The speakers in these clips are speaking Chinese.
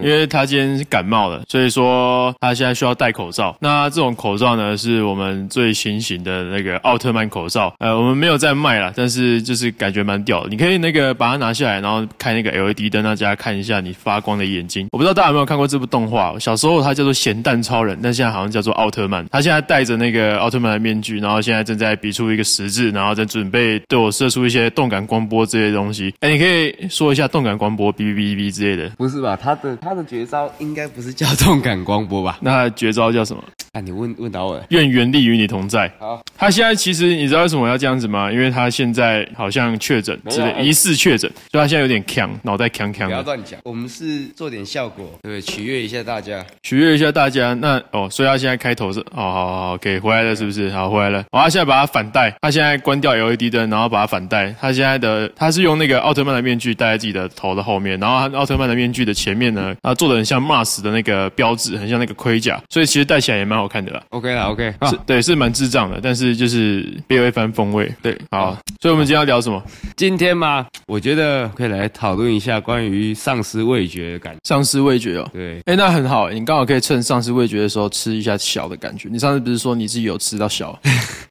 因为他今天是感冒了，所以说他现在需要戴口罩。那这种口罩呢，是我们最新型的那个奥特曼口罩。呃，我们没有在卖啦，但是就是感觉蛮屌的。你可以那个把它拿下来，然后开那个 LED 灯，让大家看一下你发光的眼睛。我不知道大家有没有看过这部动画，小时候它叫做咸蛋超人，但现在好像叫做奥特曼。他现在戴着那个奥特曼的面具，然后现在正在比出一个十字，然后在准备对我射出一些动感光波之类的东西。哎，你可以说一下动感光波，哔哔哔哔之类的。不是吧？他的他的绝招应该不是叫动感光波吧？ 那他的绝招叫什么？啊，你问问到我了。愿原力与你同在。好，他现在其实你知道为什么要这样子吗？因为他现在好像确诊之没有啊类，疑似确诊，所以他现在有点呛，脑袋呛呛不要的。乱讲，我们是做点效果，对，取悦一下大家。取悦一下大家，那哦，所以他现在开头是哦，好好好，可以回啊来了，是不是？好，回来了。哦，他现在把它反戴，他现在关掉 LED 灯，然后把它反戴。他现在的他是用那个奥特曼的面具戴在自己的头的后面，然后他奥特曼的面具的前面呢，啊，做的很像 Mars 的那个标志，很像那个盔甲，所以其实戴起来也蛮好看的啦。 OK 啦，OK，是对，是蛮智障的，但是就是别有一番风味。对，好，所以我们今天要聊什么？今天嘛，我觉得可以来讨论一下关于丧失味觉的感觉。丧失味觉哦。对，哎，那很好，你刚好可以趁丧失味觉的时候吃一下小的感觉。你上次不是说你自己有吃到小？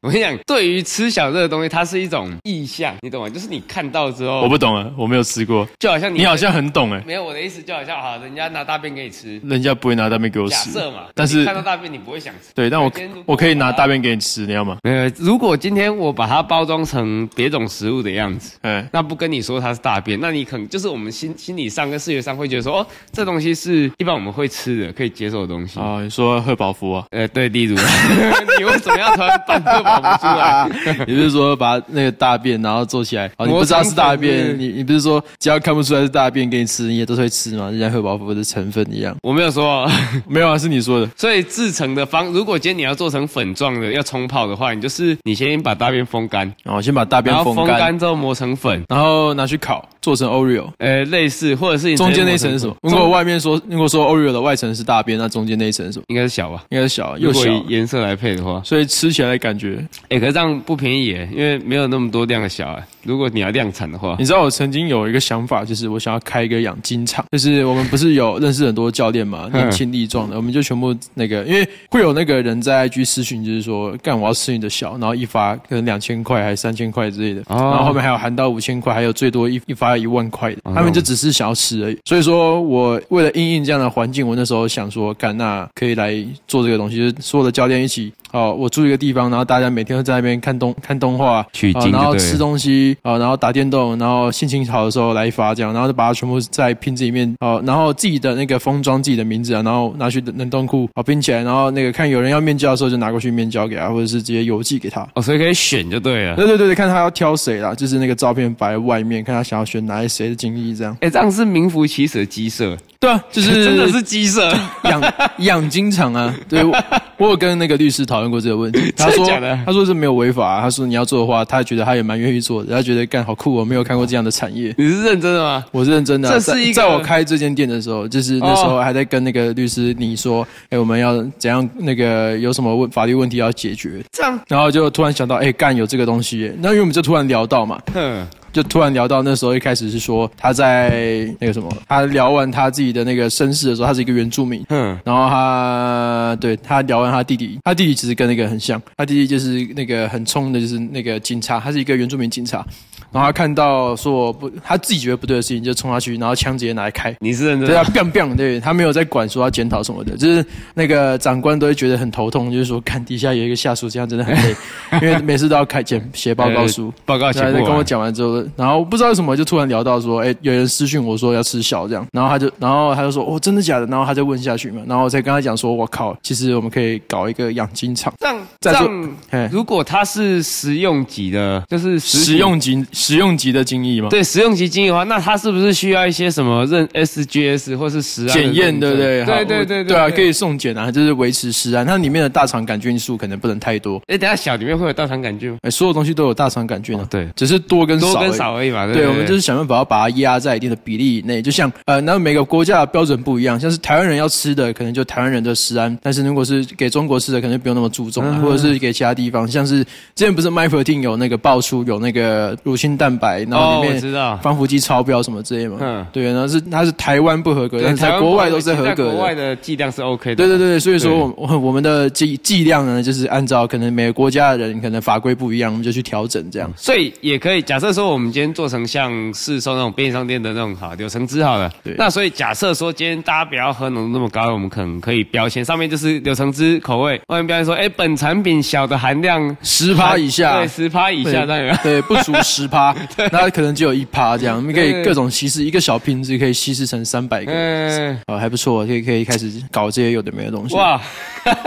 我跟你讲，对于吃小这个东西，它是一种意象，你懂吗？就是你看到之后，我不懂啊，我没有吃过。就好像你你好像很懂哎，没有我的意思，就好像啊，人家拿大便给你吃，人家不会拿大便给我假吃，设嘛，但是你看到大便你不会想吃。对，但我今天如果我可以拿把它大便给你吃，你要吗？没有，呃如果今天我把它包装成别种食物的样子，哎，那不跟你说它是大便，那你可能就是我们心心理上跟视觉上会觉得说，哦，这东西是一般我们会吃的，可以接受的东西。啊，你说贺宝福啊？呃，对，例如， 你为什么要突然半个跑不出来？ 你不是说把那个大便然后做起来？哦，你磨不知道成是大粉是便，不你你不是说只要看不出来是大便给你吃，你也都是会吃吗？就像荷包福的成分一样。我没有说， 没有啊，是你说的。所以制成的方，如果今天你要做成粉状的，要冲泡的话，你就是你先把大便风干，然哦后先把大便然后风风干，干之后磨成粉，然后拿去烤，做成 Oreo。呃，类似，或者是你直接中间那一磨成层是什么？粉如果外面说，如果说 Oreo 的外层是大便，那中间那一层是什么？应该是小吧，应该是小，又如果小，以颜色来配的话，所以吃起来的感觉。哎、可是这样不便宜耶，因为没有那么多量的小啊。如果你要量产的话你，知道我曾经有一个想法，就是我想要开一个养鸡场，就是我们不是有认识很多教练嘛，嗯年轻力壮的，我们就全部那个，因为会有那个人在 IG 私讯，就是说干我要吃你的小，然后一发可能两千块还是三千块之类的，哦然后后面还有含到五千块，还有最多一一发一万块的，哦他们就只是想要吃而已。所以说我为了应应这样的环境，我那时候想说干那可以来做这个东西，就是所有的教练一起。哦，我住一个地方，然后大家每天都在那边看动看动画，取啊，经就然后对了吃东西啊、然后打电动，然后心情好的时候来一发这样，然后就把它全部在瓶子里面哦、然后自己的那个封装自己的名字啊，然后拿去冷冻库啊、冰起来，然后那个看有人要面交的时候就拿过去面交给他，或者是直接邮寄给他。哦，所以可以选就 对了。对对对对，看他要挑谁啦，就是那个照片摆在外面，看他想要选哪一谁的精力这样。哎、这样是名副其实的鸡舍，对啊，就 是 真的是鸡舍。养养金场啊，对我我有跟那个律师讨论过这个问 题，他说真的假的他说是没有违法啊、他说你要做的话，他觉得他也蛮愿意做的，他觉得干好酷哦，我没有看过这样的产业。你是认真的吗？我是认真的啊、这是一个在在我开这间店的时候，就是那时候还在跟那个律师你说，哎、我们要怎样那个有什么问法律问题要解决，这样，然后就突然想到，哎、干有这个东西耶，那因为我们就突然聊到嘛，哼，就突然聊到那时候一开始是说他在那个什么，他聊完他自己的那个身世的时候，他是一个原住民，哼，然后他对他聊完他弟弟，他弟弟其实跟那个很像，他弟弟就是那个很冲的，就是那个警察，他是一个原住民警察。然后他看到说不，他自己觉得不对的事情，就冲下去，然后枪直接拿来开。你是认真对啊的他 biang biang，对他没有在管说要检讨什么的，就是那个长官都会觉得很头痛，就是说看底下有一个下属这样真的很累，因为每次都要开检写报告书。呃报告写啊对，啊不跟我完。讲完之后，然后不知道为什么就突然聊到说，哎，有人私讯我说要吃小这样，然后他就，然后他就说，哦，真的假的？然后他就问下去嘛，然后我才跟他讲说，我靠，其实我们可以搞一个养金场，这样，这再说样，嘿，如果它是食用级的，就是食用级食用级的精益吗？，对啊食用级精益的话，那它是不是需要一些什么认 SGS 或是食安的检验对不对？认证好啊对对对我对啊，可以送检啊，就是维持食安，它里面的大肠杆菌数可能不能太多，哎，等一下小里面会有大肠杆菌吗？哎，所有东西都有大肠杆菌啊，哦对，只是多跟多少而跟已。少而已嘛。对不对，对，我们就是想办法要把它压在一定的比例以内。就像呃，那每个国家的标准不一样，像是台湾人要吃的，可能就台湾人的食安；但是如果是给中国吃的，可能就不啊用嗯那么注重了，或者是给其他地方，像是之前不是 MyProtein 有那个爆出有那个乳清精蛋白，然哦，后里我面知道，防腐剂超标什么之类嘛。嗯对，然后是它是台湾不合格，但是在台湾国外都是合在格的。国外的剂量是 OK 的。对对对，所以说我我我们的剂剂量呢，就是按照可能每个国家的人可能法规不一样，我们就去调整这样。所以也可以假设说，我们今天做成像市售那种便利商店的那种好柳橙汁好了。对那所以假设说，今天大家不要喝浓度那么高，我们可能可以标签上面就是柳橙汁口味，外面标签说，哎，本产品小的含量十趴以下，对，十趴以下 那个。对，不足十 趴，那可能只有一趴这样。我们可以各种稀释，一个小瓶子可以稀释成三百个，嗯，哦，还不错，可以可以开始搞这些有的没的东西。哇，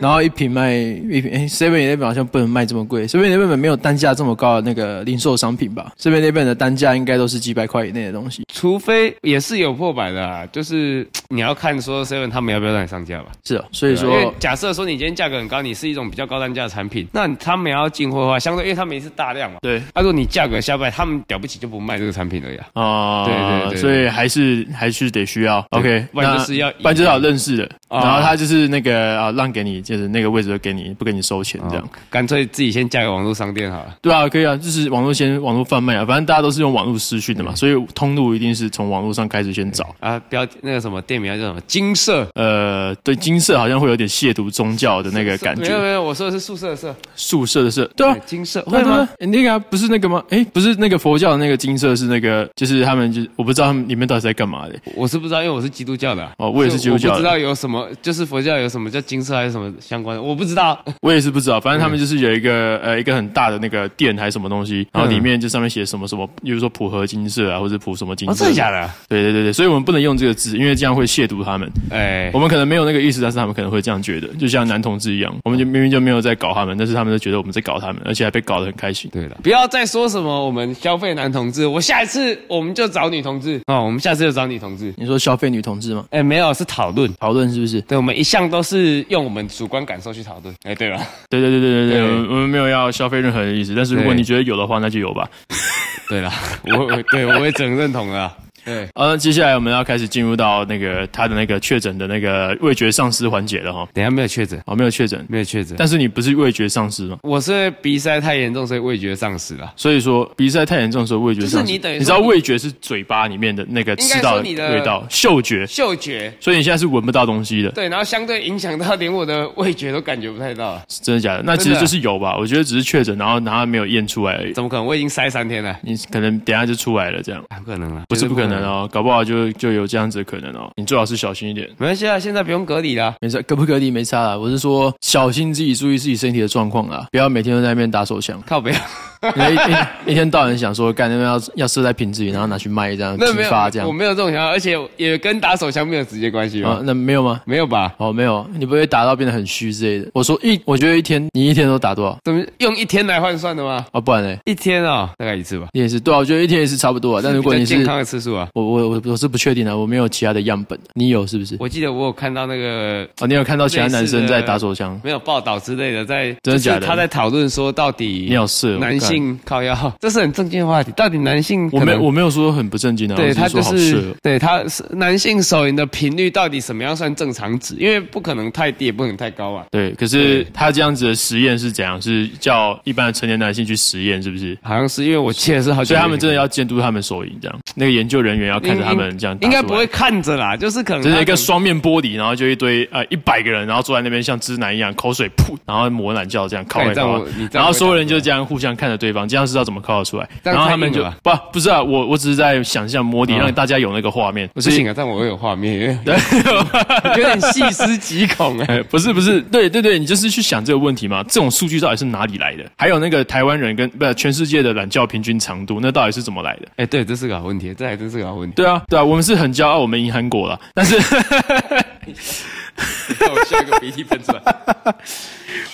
然后一瓶卖一瓶，哎，Seven Eleven 好像不能卖这么贵，Seven Eleven 没有单价这么高的那个零售商品吧？Seven Eleven 的单价应该都是几百块以内的东西。除非也是有破百的啊，就是你要看说 seven 他们要不要让你上架吧。是啊，所以因为说假设说你今天价格很高，你是一种比较高单价的产品，那他们要进货的话，相对因为他们也是大量嘛。对啊，如果你价格下不来，他们了不起就不卖这个产品而已啊。啊，对对对所以还是还是得需要对 OK，不然就那是要不然就是要认识的，啊然后他就是那个啊让给你，就是那个位置就给你，不给你收钱这样哦，干脆自己先架个网络商店好了。对啊，可以啊，就是网络先网络贩卖啊，反正大家都是用网络私讯的嗯嘛，所以通路一定是从网络上开始先找。啊，标那个什么店名叫什么金色呃，对，金色好像会有点亵渎宗教的那个感没有觉，没有，我嗯说的是宿舍的色，宿舍的舍，对啊对，金色对会吗吗？？诶那个啊，不是那个吗？哎，不是那个佛教的那个金色是那个，就是他们就我不知道他们里面到底在干嘛的。我是不知道，因为我是基督教的啊、哦我也是基督教的所以我不知道有什么，就是佛教有什么叫金色还是什么相关的，我不知道。我也是不知道，反正他嗯们就是有一个、呃一个很大的那个店还是什么东西，然后里面就上面写什么什么，比如说普和金色啊，或者普什么金哦，色。真的假？的？对对对对，所以我们不能用这个字，因为这样会亵渎他们。哎我，们可能没有那个意思，但是他们可能会这样觉得，就像男同志一嗯样，我们就明明就没有在搞他们，但是他们就觉得我们在搞他们，而且还被搞得很开心。对了，不要再说什么我们消费男同志，我下一次我们就找女同志哦，我们下次就找女同志。你说消费女同志吗？哎，没有，是讨论。讨论是不是？对，我们一向都是用我们主观感受去讨论。哎，对吧？对对对对对对，对我们我们没有要消费任何人的意思，但是如果对你觉得有的话，那就有吧。对啦， 我我对我也整认同了啊。对，好，那接下来我们要开始进入到那个他的那个确诊的那个味觉丧失环节了哈。等一下没有确诊，哦，没有确诊，没有确诊。但是你不是味觉丧失吗？我是鼻塞太严重，所以味觉丧失了。所以说鼻塞太严重的时候，味觉丧失。就是你等于说你知道味觉是嘴巴里面的那个应该吃到说你的味道，嗅觉，嗅觉所以你现在是闻不到东西的，对，然后相对影响到连我的味觉都感觉不太到了。是真的假的？那其实真的啊就是有吧，我觉得只是确诊，然后然后没有验出来而已。怎么可能？我已经塞三天了，你可能等一下就出来了，这样啊不可能了，不是绝对不可能。哦，搞不好就就有这样子的可能哦。你最好是小心一点。没关系啊，现在不用隔离啦。，没事，隔不隔离没差啦。我是说，小心自己，注意自己身体的状况啦，不要每天都在那边打手枪 靠北啊，你一一一天到晚想说，干那边要要设在瓶子里，然后拿去卖这样批那没有发这，样我没有这种想法，而且也跟打手枪没有直接关系啊吧？？那没有吗？没有吧？哦，没有，你不会打到变得很虚之类的。我说一，我觉得一天你一天都打多少？怎么用一天来换算的吗？哦，不然呢？一天啊、大概一次吧。你也是对啊，我觉得一天也是差不多啊。但如果你比较是健康的次数啊，我我我我是不确定啊的，我没有其他的样本，你有是不是？我记得我有看到那个哦，你有看到其他男生类似的在打手枪？没有报道之类的，在真的假的就是他在讨论说到底你有哦事？男性靠腰，这是很正经的话题。到底男性我可看，我没能有我没有说很不正经啊的，对我他只就是说好色是哦。对他是男性手淫的频率到底什么样算正常值？因为不可能太低，也不可能太高啊。对，可是他这样子的实验是怎样？是叫一般的成年男性去实验，是不是？好像是因为我记得是好久以前，所以他们真的要监督他们手淫，这样那个研究人员要看着他们这样打应该出来不会看着啦，就是可能就是一他个可能双面玻璃，然后就一堆呃一百个人，然后坐在那边像汁男一样，口水噗，然后抹懒觉这样靠哎来这样靠我你这然样后所有人会打就这样互相看着对方，这样知道怎么靠得出来。这样然后太他们硬就了不不是啊，我我只是在想象模拟，嗯让大家有那个画面。不 不行啊，但我会有画面，因为 有点细思极恐哎、哎，不是不是，对对对，你就是去想这个问题嘛。这种数据到底是哪里来的？还有那个台湾人跟不全世界的懒觉平均长度，那到底是怎么来的？哎，对，这是个好问题，这还真是个好问 题。对啊，对啊，我们是很骄傲，我们赢韩国了，但是看我笑一个鼻涕喷出来。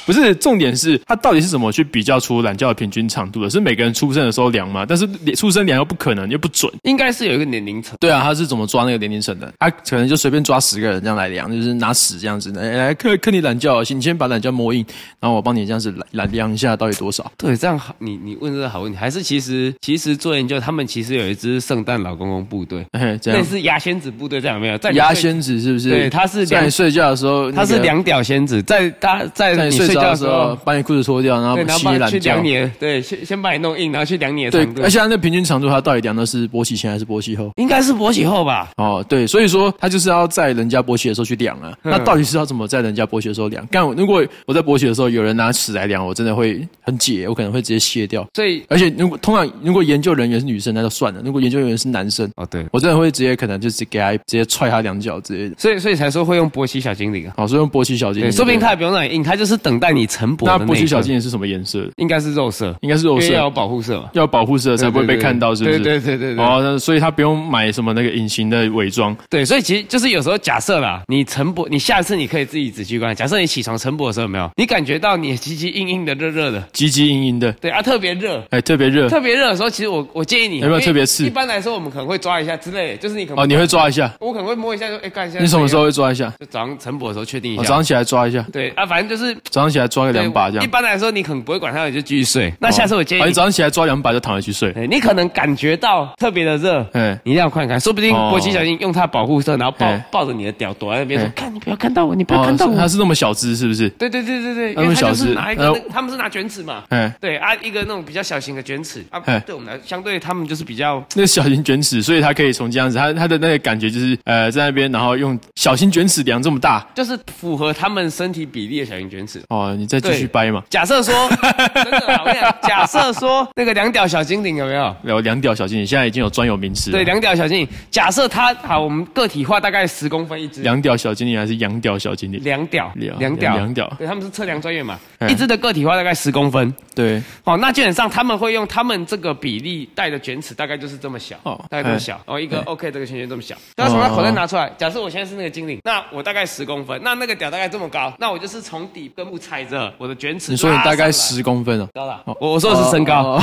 不是重点是它到底是怎么去比较出懒觉的平均长度的？是每个人出生的时候量吗？但是出生量又不可能，又不准。 应该是有一个年龄层，对啊，他是怎么抓那个年龄层的？他啊可能就随便抓十个人这样来量，就是拿屎这样子哎来来克克你懒觉，你先把懒觉摸硬，然后我帮你这样子来来量一下到底多少。对，这样好，你你问这个好问题，还是其实其实做研究，他们其实有一支圣诞老公公部队，哎，这类样似牙仙子部队这样有没有？在你牙睡仙子是不是？对他是在两你睡觉的时候，他是那个两屌仙子，在他在在你你睡睡觉觉的的时时候候把你裤子脱掉，然后对，然吸后把懒去觉量。你的，对，先先把你弄硬，然后去量你的对哎长，度而。且它那平均长度，它到底量的是勃起前还是勃起后？应该是勃起后吧？哦，对，所以说它就是要在人家勃起的时候去量啊。嗯那到底是要怎么在人家勃起的时候量？干，如果我在勃起的时候有人拿尺来量，我真的会很解，我可能会直接卸掉。所以而且如果通常如果研究人员是女生，那就算了；如果研究人员是男生，哦对，我真的会直接可能就是给他直接踹他两脚之类的。所以所以才说会用勃起小精灵啊。好，所以用勃起小精灵，对，说不定他也不用让你硬，他就是等待你晨勃那的勃起小精灵灵是什么颜色的？应该是肉色，应该是肉因色为，要有保护色嘛，要保护色才不会被看到，是不是？对对对对对。哦，那所以他不用买什么那个隐形的伪装，对，所以其实就是有时候假设啦，你晨勃，你下次你可以自己仔细观察。假设你起床晨勃的时候，有没有你感觉到你的鸡鸡硬硬的、热热的？唧唧营营的，对啊，特别热。哎，特别热特别热的时候，其实我我建议你有没有因为特别刺一般来说，我们可能会抓一下之类的，就是你可能哦，你会抓一下？我可能会摸一下，说哎，干一下。你什么时候？会抓一下？就早哦上晨勃的时候确定一我、下。早上起来抓一下，对啊，反正就是早上起来抓个两把这对样一。般来说，你可能不会管它，你就继续睡。那下次我建议哦，你你，早上起来抓两把就躺下去睡，哎对你可能感觉到特别的热，哎，你一定要看看，说不定哦国际小精用它保护色，然后抱哎抱着你的屌躲在那边说哎：“看，你不要看到我，你不要哦看到，他我。是那么小只是不是”？对对对对对，他因们为他小就只是拿一个呃那个，他们是拿卷尺嘛。哎，对啊，一个那种比较小型的卷尺啊哎，对我们来相对他们就是比较那小型卷尺，所以他可以从这样子，他他的那个感觉就是呃在那边，然后用小型卷尺量这么大。就是符合他们身体比例的小型卷尺。哦，你再继续对掰嘛，假设说， 真的啊，我跟你讲，假设说那个两屌小精灵有没有？聊两屌小精灵，现在已经有专有名词了。对，两屌小精灵，假设它好，我们个体化大概十公分一只，两屌小精灵还是羊屌小精灵？两屌，两两屌，两屌对，他们是测量专业嘛嗯，一只的个体化大概十公分，对，哦，那基本上他们会用他们这个比例带的卷尺，大概就是这么小，哦大概这么小，哦，一个 OK 这个圈圈这么小，然后从他口袋拿出来。假设我现在是那个精灵，那我大概十公分，那那个屌大概这么高，那我就是从底根部踩着我的卷尺你拉说上来，你大概十公分哦，高了，我我说的是身高，哦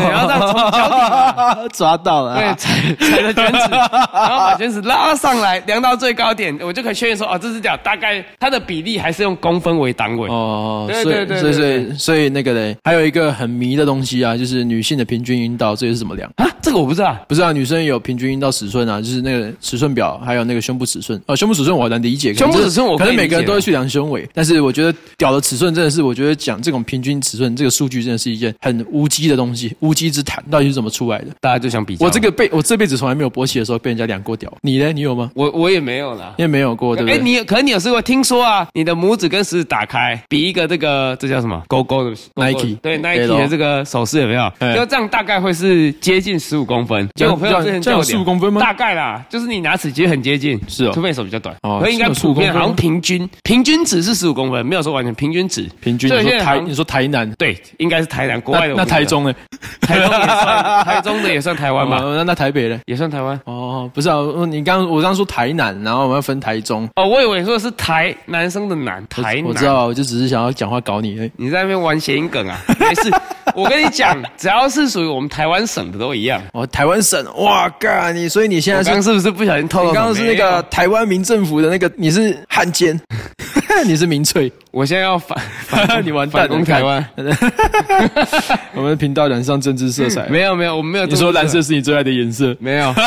对然后这样从脚底嘛。 抓到了对，啊。踩踩着卷 尺，然后把卷尺拉上来，量到最高点，我就可以确认说，哦，这只脚大概它的比例还是用公分为单位。哦，对所以对对所以所对以所以那个嘞，还有一个很迷的东西啊，就是女性的平均阴道，这也是怎么量？啊，这个我不知道。不是啊，女生有平均阴道尺寸啊，就是那个尺寸表，还有那个胸部尺寸。哦，胸部尺寸我很难理解，可能胸部这尺寸我可可以能每个人理解都会去量胸围，但是我觉得屌的尺寸真的是，我觉得讲这种平均尺寸这个数据真的是一件很无稽的东西，无稽之谈，到底是怎么出来的？大家就想比较我这个被我这辈子从来没有勃起的时候被人家量过屌，你呢？你有吗？我我也没有啦。你也没有过，哦对不哎，对？你有可能你有试过？听说啊，你的拇指跟食指打开，比一个这个这叫什么勾勾的 Nike 对 L Nike 的这个手势有没有哎？就这样大概会是接近十五公分。这就样我朋友之前这样教我这样有15公分吗大概啦，就是你拿尺其实很接近，是哦除非你手比较短。哦哦，应该是有15普公遍分吗好像平均平均值是十五公分，没有说完全平均值。平均所以你有些说人台好像你说台南，对，应该是台南国那外的。那台、中呢？台中也算，台 中的也算台湾吧，哦那那台北呢？也算台湾。哦，不是啊，我你刚我刚说台南，然后我们要分台中。哦，我以为说是台男生的男，台南。我知道，我就只是想要讲话搞你哎而已。你在那边玩谐 音梗啊？没事，我跟你讲，只要是属于我们台湾省的都一样。哦，台湾省，哇干你！所以你现在我是刚刚是不是不小心透露你什么？刚刚是那没个有，台湾民政府的那个，你是汉奸， 你是民粹，我现在 要反你完反蛋了攻台湾。。看 我们的频道染上政治色彩。没有没有，我们没有。你说蓝色？是你最爱的颜色，没有，没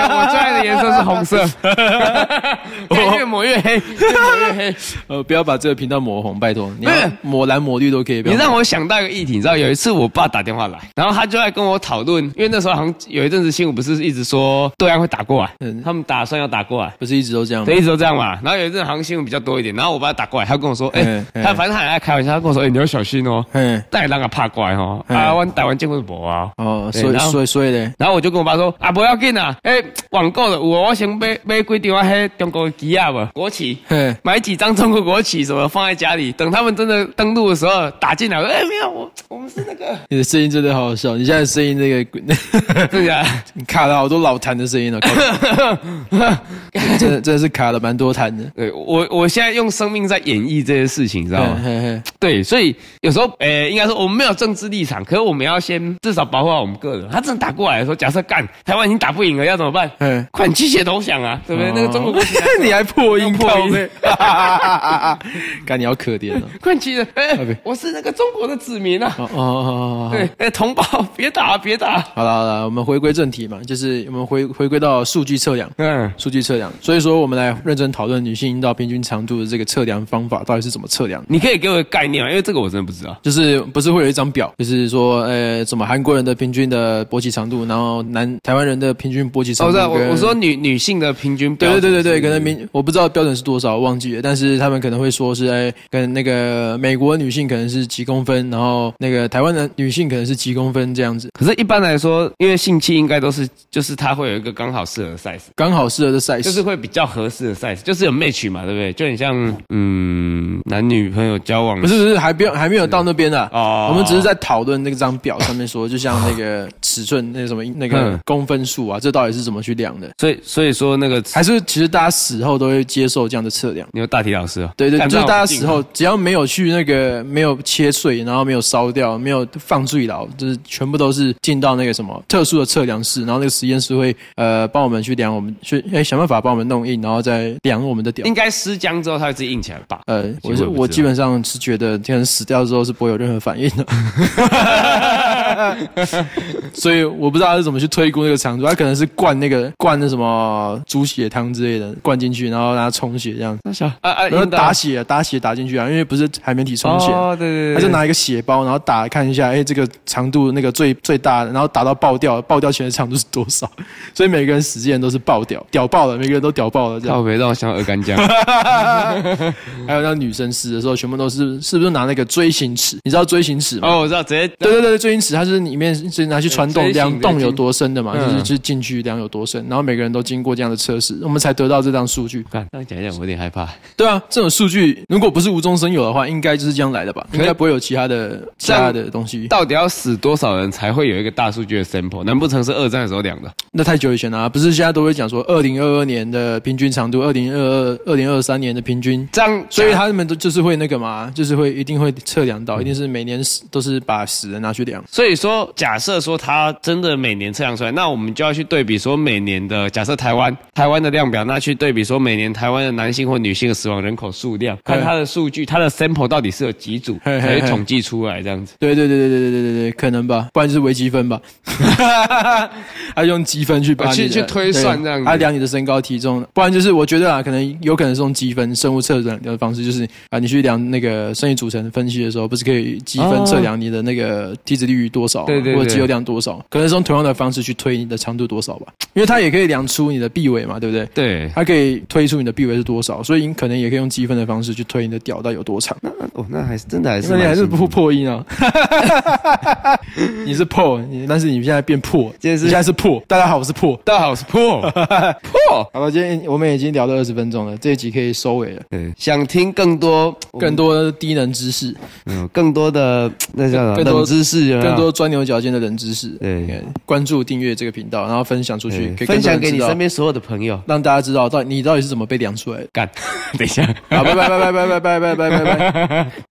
有，我最爱的颜色是红色。哦干越抹越黑，越抹 越黑。呃，不要把这个频道抹红，拜托，你要不是抹蓝抹绿都可以。不你要让我想到一个议题，你知道有一次我爸打电话来，然后他就在跟我讨论，因为那时候好像有一阵子新闻不是一直说对岸会打过来，嗯他们打算要打过来。不是一直都这样吗对，？一直都这样嘛。然后有一阵航新闻比较多一点，然后我把他打过来，他跟我说，哎、嗯嗯他反正他很爱开玩笑，他跟我说，哎、你要小心哦，嗯，带让他怕怪哦，嗯啊，我台湾见过博啊。哦，对所以然后所以所以嘞，然后我就跟我爸说，啊，不要紧啊，哎、网购的，有哦我先买买几张迄中国的旗啊嘛，国旗。嘿，买几张中国国旗什么放在家里，等他们真的登陆的时候打进来，我说哎、没有我我们是那个 你的声音真的好好笑，你现在声音那个 对呀、你卡了好多老痰的声音了，哦靠真的真的是卡了蛮多痰的。对我我现在用生命在演绎这些事情，你知道吗嗯？嘿嘿，对，所以有时候，诶、应该说我们没有政治立场，可是我们要先至少保护好我们个人。他真的打过来的时候，假设干台湾已经打不赢了，要怎么办？嗯嗯，快点鸡血投降啊，对不哦对？那个中国国 旗拿出来，你还破音破音靠背干你好可怜哦。快点鸡血，哎、不我是那个中国的子民啊，哦哦哦哦对哦。，哎、同胞，别打，别打，好了好了，我们回归正题嘛，就是我们回回归到数据测量，嗯。数据测量。所以说，我们来认真讨论女性阴道平均长度的这个测测量方法到底是怎么测量的。你可以给我个概念吗？因为这个我真的不知道。就是不是会有一张表，就是说，呃，什么韩国人的平均的勃起长度，然后南台湾人的平均勃起哦，长我知度道，我跟我说女女性的平均标对准对对对对，是可能民我不知道标准是多少，我忘记了。但是他们可能会说是，哎，跟那个美国女性可能是几公分，然后那个台湾的女性可能是几公分这样子，可是，一般来说，因为性器应该都是，就是它会有一个刚好适合的 size，刚好适合的 size。就是会比较合适的 size，就是有 match 嘛，对不对？就很像，嗯，男女朋友交往不是不是，还不用还没有到那边啊。哦我们只是在讨论那张表上面说，就像那个呃尺寸那什么那个嗯公分数啊，这到底是怎么去量的？所以所以说那个还是其实大家死后都会接受这样的测量？你有大体老师哦，对对，干就是不大然我家不信死后只要没有去那个没有切碎，然后没有烧掉，没有放坠牢，就是全部都是进到那个什么特殊的测量室，然后那个实验室会呃帮我们去量我们去哎想办法帮我们弄硬，然后再量我们的屌应。该湿浆之后它会自己硬起来吧？呃，嗯我我也不知是道我基本上是觉得天人死掉之后是不会有任何反应的， 所以我不知道他是怎么去推估那个长度，他可能是灌那个灌那什么猪血汤之类的灌进去，然后让它充血这样，那小啊 啊，然后硬的打血打血打进去啊，因为不是海绵体充血，哦，对对对，他就拿一个血包，然后打看一下，哎，这个长度那个最最大的，然后打到爆掉，爆掉前的长度是多少？ 所以每个人实践都是爆掉，屌爆了，每个人都屌爆了 这样。靠别让我想到鹅肝 酱，还有那女生死的时候，全部都是是不是拿那个锥形尺？你知道锥形尺吗？哦，我知道，直接对对对，锥形尺它是里面是拿去穿洞锥形量的洞进有多深的嘛，嗯就是就是进去量有多深，然后每个人都经过这样的测试，我们才得到这张数据。干，这样讲一讲我有点害怕。对啊，这种数据如果不是无中生有的话，应该就是这样来的吧？是应该不会有其他的其他的东西。到底要死多少人才会有一个大数据的 sample？难不成是二战的时候量的？那太久以前了、啊，不是现在都会讲说二零二二年的平均长度，二零二二、二零二三年的平均，这样，所以他们都就是会那个嘛，就是会一定会测量到，一定是每年死都是把死人拿去量。所以说，假设说它真的每年测量出来，那我们就要去对比说每年的，假设台湾台湾的量表，那去对比说每年台湾的男性或女性的死亡人口数量，看它的数据，它的 sample 到底是有几组，嘿嘿才嘿会统计出来这样子。对对对对对对对对，可能吧，不然就是微积分吧， 他用积分去把啊你去的去推算对这样子他量你的身高体重，不然就是我觉得啊，可能有可能是用积分生物测量的方式，就是啊，你去量那个生理组成分析的时候，不是可以积分哦测量你的那个体脂率多少嘛，对对对或者肌肉量多少，可能是用同样的方式去推你的长度多少吧，因为它也可以量出你的臂围嘛，对不对？对，它可以推出你的臂围是多少，所以你可能也可以用积分的方式去推你的屌到底有多长。哦，那还是真的还那你还是蛮不破音 啊？你是破，你但是你现在变破，今天是你现在是破。大家好，我是破。大家好，我是破破。好了，今天我们已经聊了二十分钟了，这一集可以收尾了。对，想听更 多更多低能知识，嗯更多的那叫什更么多啊冷知识有没有，更多钻牛角尖的冷知识。对 OK，关注订阅这个频道，然后分享出去，对给分享给你身边，边所有的朋友。让大家知道到底你到底是怎么被量出来的。 干，等一下。好，拜拜拜拜拜拜拜拜拜拜拜。